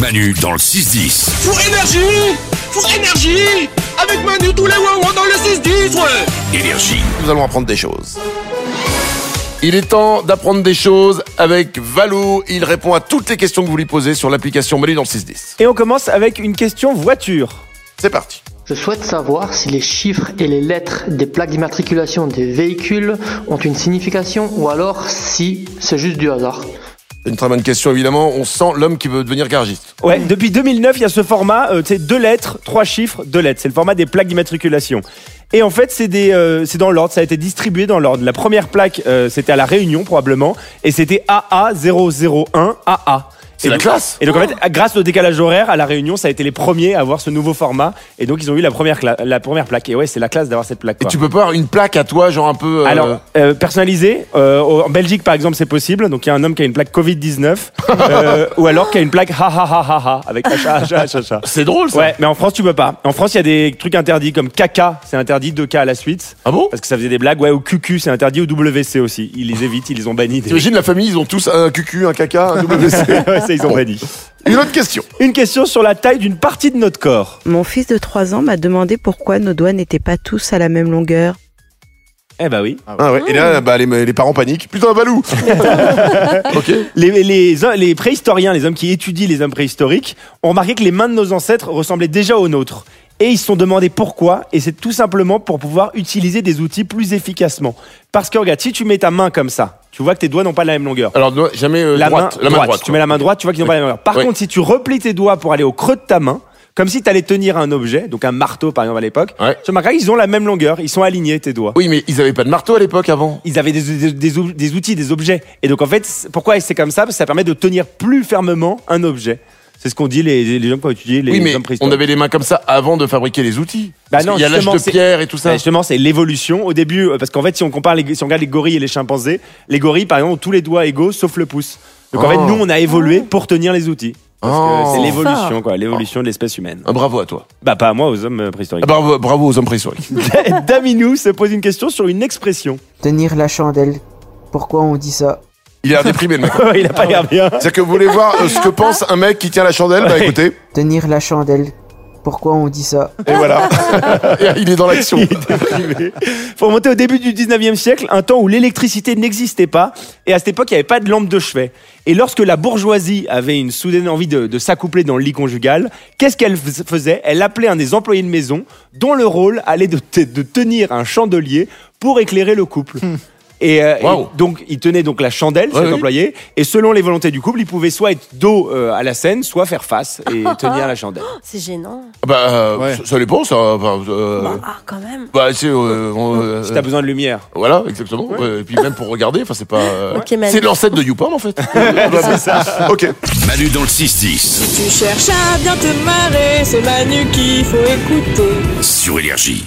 Manu dans le 6-10. Pour énergie Pour énergie Avec Manu tous les wouah dans le 6-10, ouais Énergie. Nous allons apprendre des choses. Il est temps d'apprendre des choses avec Valou. Il répond à toutes les questions que vous lui posez sur l'application Manu dans le 610. Et on commence avec une question voiture. C'est parti. Je souhaite savoir si les chiffres et les lettres des plaques d'immatriculation des véhicules ont une signification ou alors si c'est juste du hasard. Une très bonne question, évidemment. On sent l'homme qui veut devenir garagiste. Ouais, depuis 2009, il y a ce format, euh, tu sais, deux lettres, trois chiffres, deux lettres. C'est le format des plaques d'immatriculation. Et en fait, c'est des, euh, c'est dans l'ordre, ça a été distribué dans l'ordre. La première plaque, euh, c'était à La Réunion, probablement, et c'était AA001AA. C'est Et la donc- classe. Et donc, en fait, grâce au décalage horaire, à La Réunion, ça a été les premiers à avoir ce nouveau format. Et donc, ils ont eu la première, cla- la première plaque. Et ouais, c'est la classe d'avoir cette plaque. Et quoi. tu peux pas avoir une plaque à toi, genre un peu. euh, Alors, euh, personnalisé, euh, au- en Belgique par exemple, c'est possible. Donc il y a un homme qui a une plaque Covid-19, euh, ou alors qui a une plaque ha ha ha ha ha avec H H H H. H. C'est drôle ça. Ouais, mais en France, tu peux pas. En France, il y a des trucs interdits comme caca, c'est interdit, deux K à la suite. Ah bon Parce que ça faisait des blagues, ouais, ou QQ, c'est interdit, ou WC aussi. Ils les évitent, ils les ont bannis. Des... T'imagines la famille, ils ont tous un cucu, un caca, un WC. Ouais, ça, ils ont banni. Une autre question. Une question sur la taille d'une partie de notre corps. Mon fils de 3 ans m'a demandé pourquoi nos doigts n'étaient pas tous à la même longueur. Eh bah oui. Ah ouais. Et là, bah, les, les parents paniquent. Putain, Valou Ok. Les, les, les préhistoriens, les hommes qui étudient les hommes préhistoriques, ont remarqué que les mains de nos ancêtres ressemblaient déjà aux nôtres. Et ils se sont demandé pourquoi, et c'est tout simplement pour pouvoir utiliser des outils plus efficacement. Parce que regarde, si tu mets ta main comme ça, tu vois que tes doigts n'ont pas la même longueur. Alors, no- jamais euh, la, droite. main la main droite. droite. Tu mets la main droite, tu vois qu'ils n'ont Oui. pas la même longueur. Par Oui. contre, si tu replies tes doigts pour aller au creux de ta main, comme si tu allais tenir un objet, donc un marteau par exemple à l'époque, Ouais. tu remarqueras qu'ils ont la même longueur, ils sont alignés tes doigts Oui, mais ils avaient pas de marteau à l'époque avant. ils avaient des, des- des ou- des outils, des objets. Et donc, en fait, c'est- pourquoi c'est comme ça Parce que ça permet de tenir plus fermement un objet. C'est ce qu'on dit les, les gens qui ont étudié les oui, mais hommes on préhistoriques. avait les mains comme ça avant de fabriquer les outils. Bah Parce non, qu'il y a l'âge justement, de c'est- pierre et tout Bah, ça. justement, c'est l'évolution. Au début, euh, parce qu'en fait, si on compare, les, si on regarde les gorilles et les chimpanzés, les gorilles, par exemple, ont tous les doigts égaux sauf le pouce. Donc en Oh. fait, nous, on a évolué pour tenir les outils. Parce Oh. que c'est l'évolution, quoi, l'évolution de l'espèce humaine. Ah, bravo à toi. Bah pas à moi, aux hommes euh, préhistoriques. Ah, bravo, bravo aux hommes préhistoriques. Daminou se pose une question sur une expression. Tenir la chandelle. Pourquoi on dit ça Il a l'air déprimé le mec. Il a pas l'air bien. C'est-à-dire que vous voulez voir euh, ce que pense un mec qui tient la chandelle Bah écoutez, Tenir la chandelle. Pourquoi on dit ça et voilà. Et il est dans l'action. déprimé. Faut remonter au début du 19e siècle, un temps où l'électricité n'existait pas, et à cette époque, il n'y avait pas de lampe de chevet. Et lorsque la bourgeoisie avait une soudaine envie de, de s'accoupler dans le lit conjugal, qu'est-ce qu'elle fais- faisait Elle appelait un des employés de maison, dont le rôle allait de, te- de tenir un chandelier pour éclairer le couple. Et, euh, Hmm. Waouh. et donc, il tenait donc la chandelle, Ouais, cet oui. employé, et selon les volontés du couple, il pouvait soit être dos euh, à la scène, soit faire face et tenir la chandelle. C'est gênant. Bah, euh, Ouais. ça- ça dépend, ça. Bah, euh, Bah, ah, quand même. bah, c'est. euh, on, euh, Si t'as besoin de lumière. Voilà, exactement. Ouais, Et puis même pour regarder, enfin, c'est pas. euh, Ok, Manu. c'est l'ancêtre de YouPorn, en fait. c'est ça. Ok. Manu dans le 6-10. Tu cherches à bien te marrer, c'est Manu qu'il faut écouter. Sur Énergie.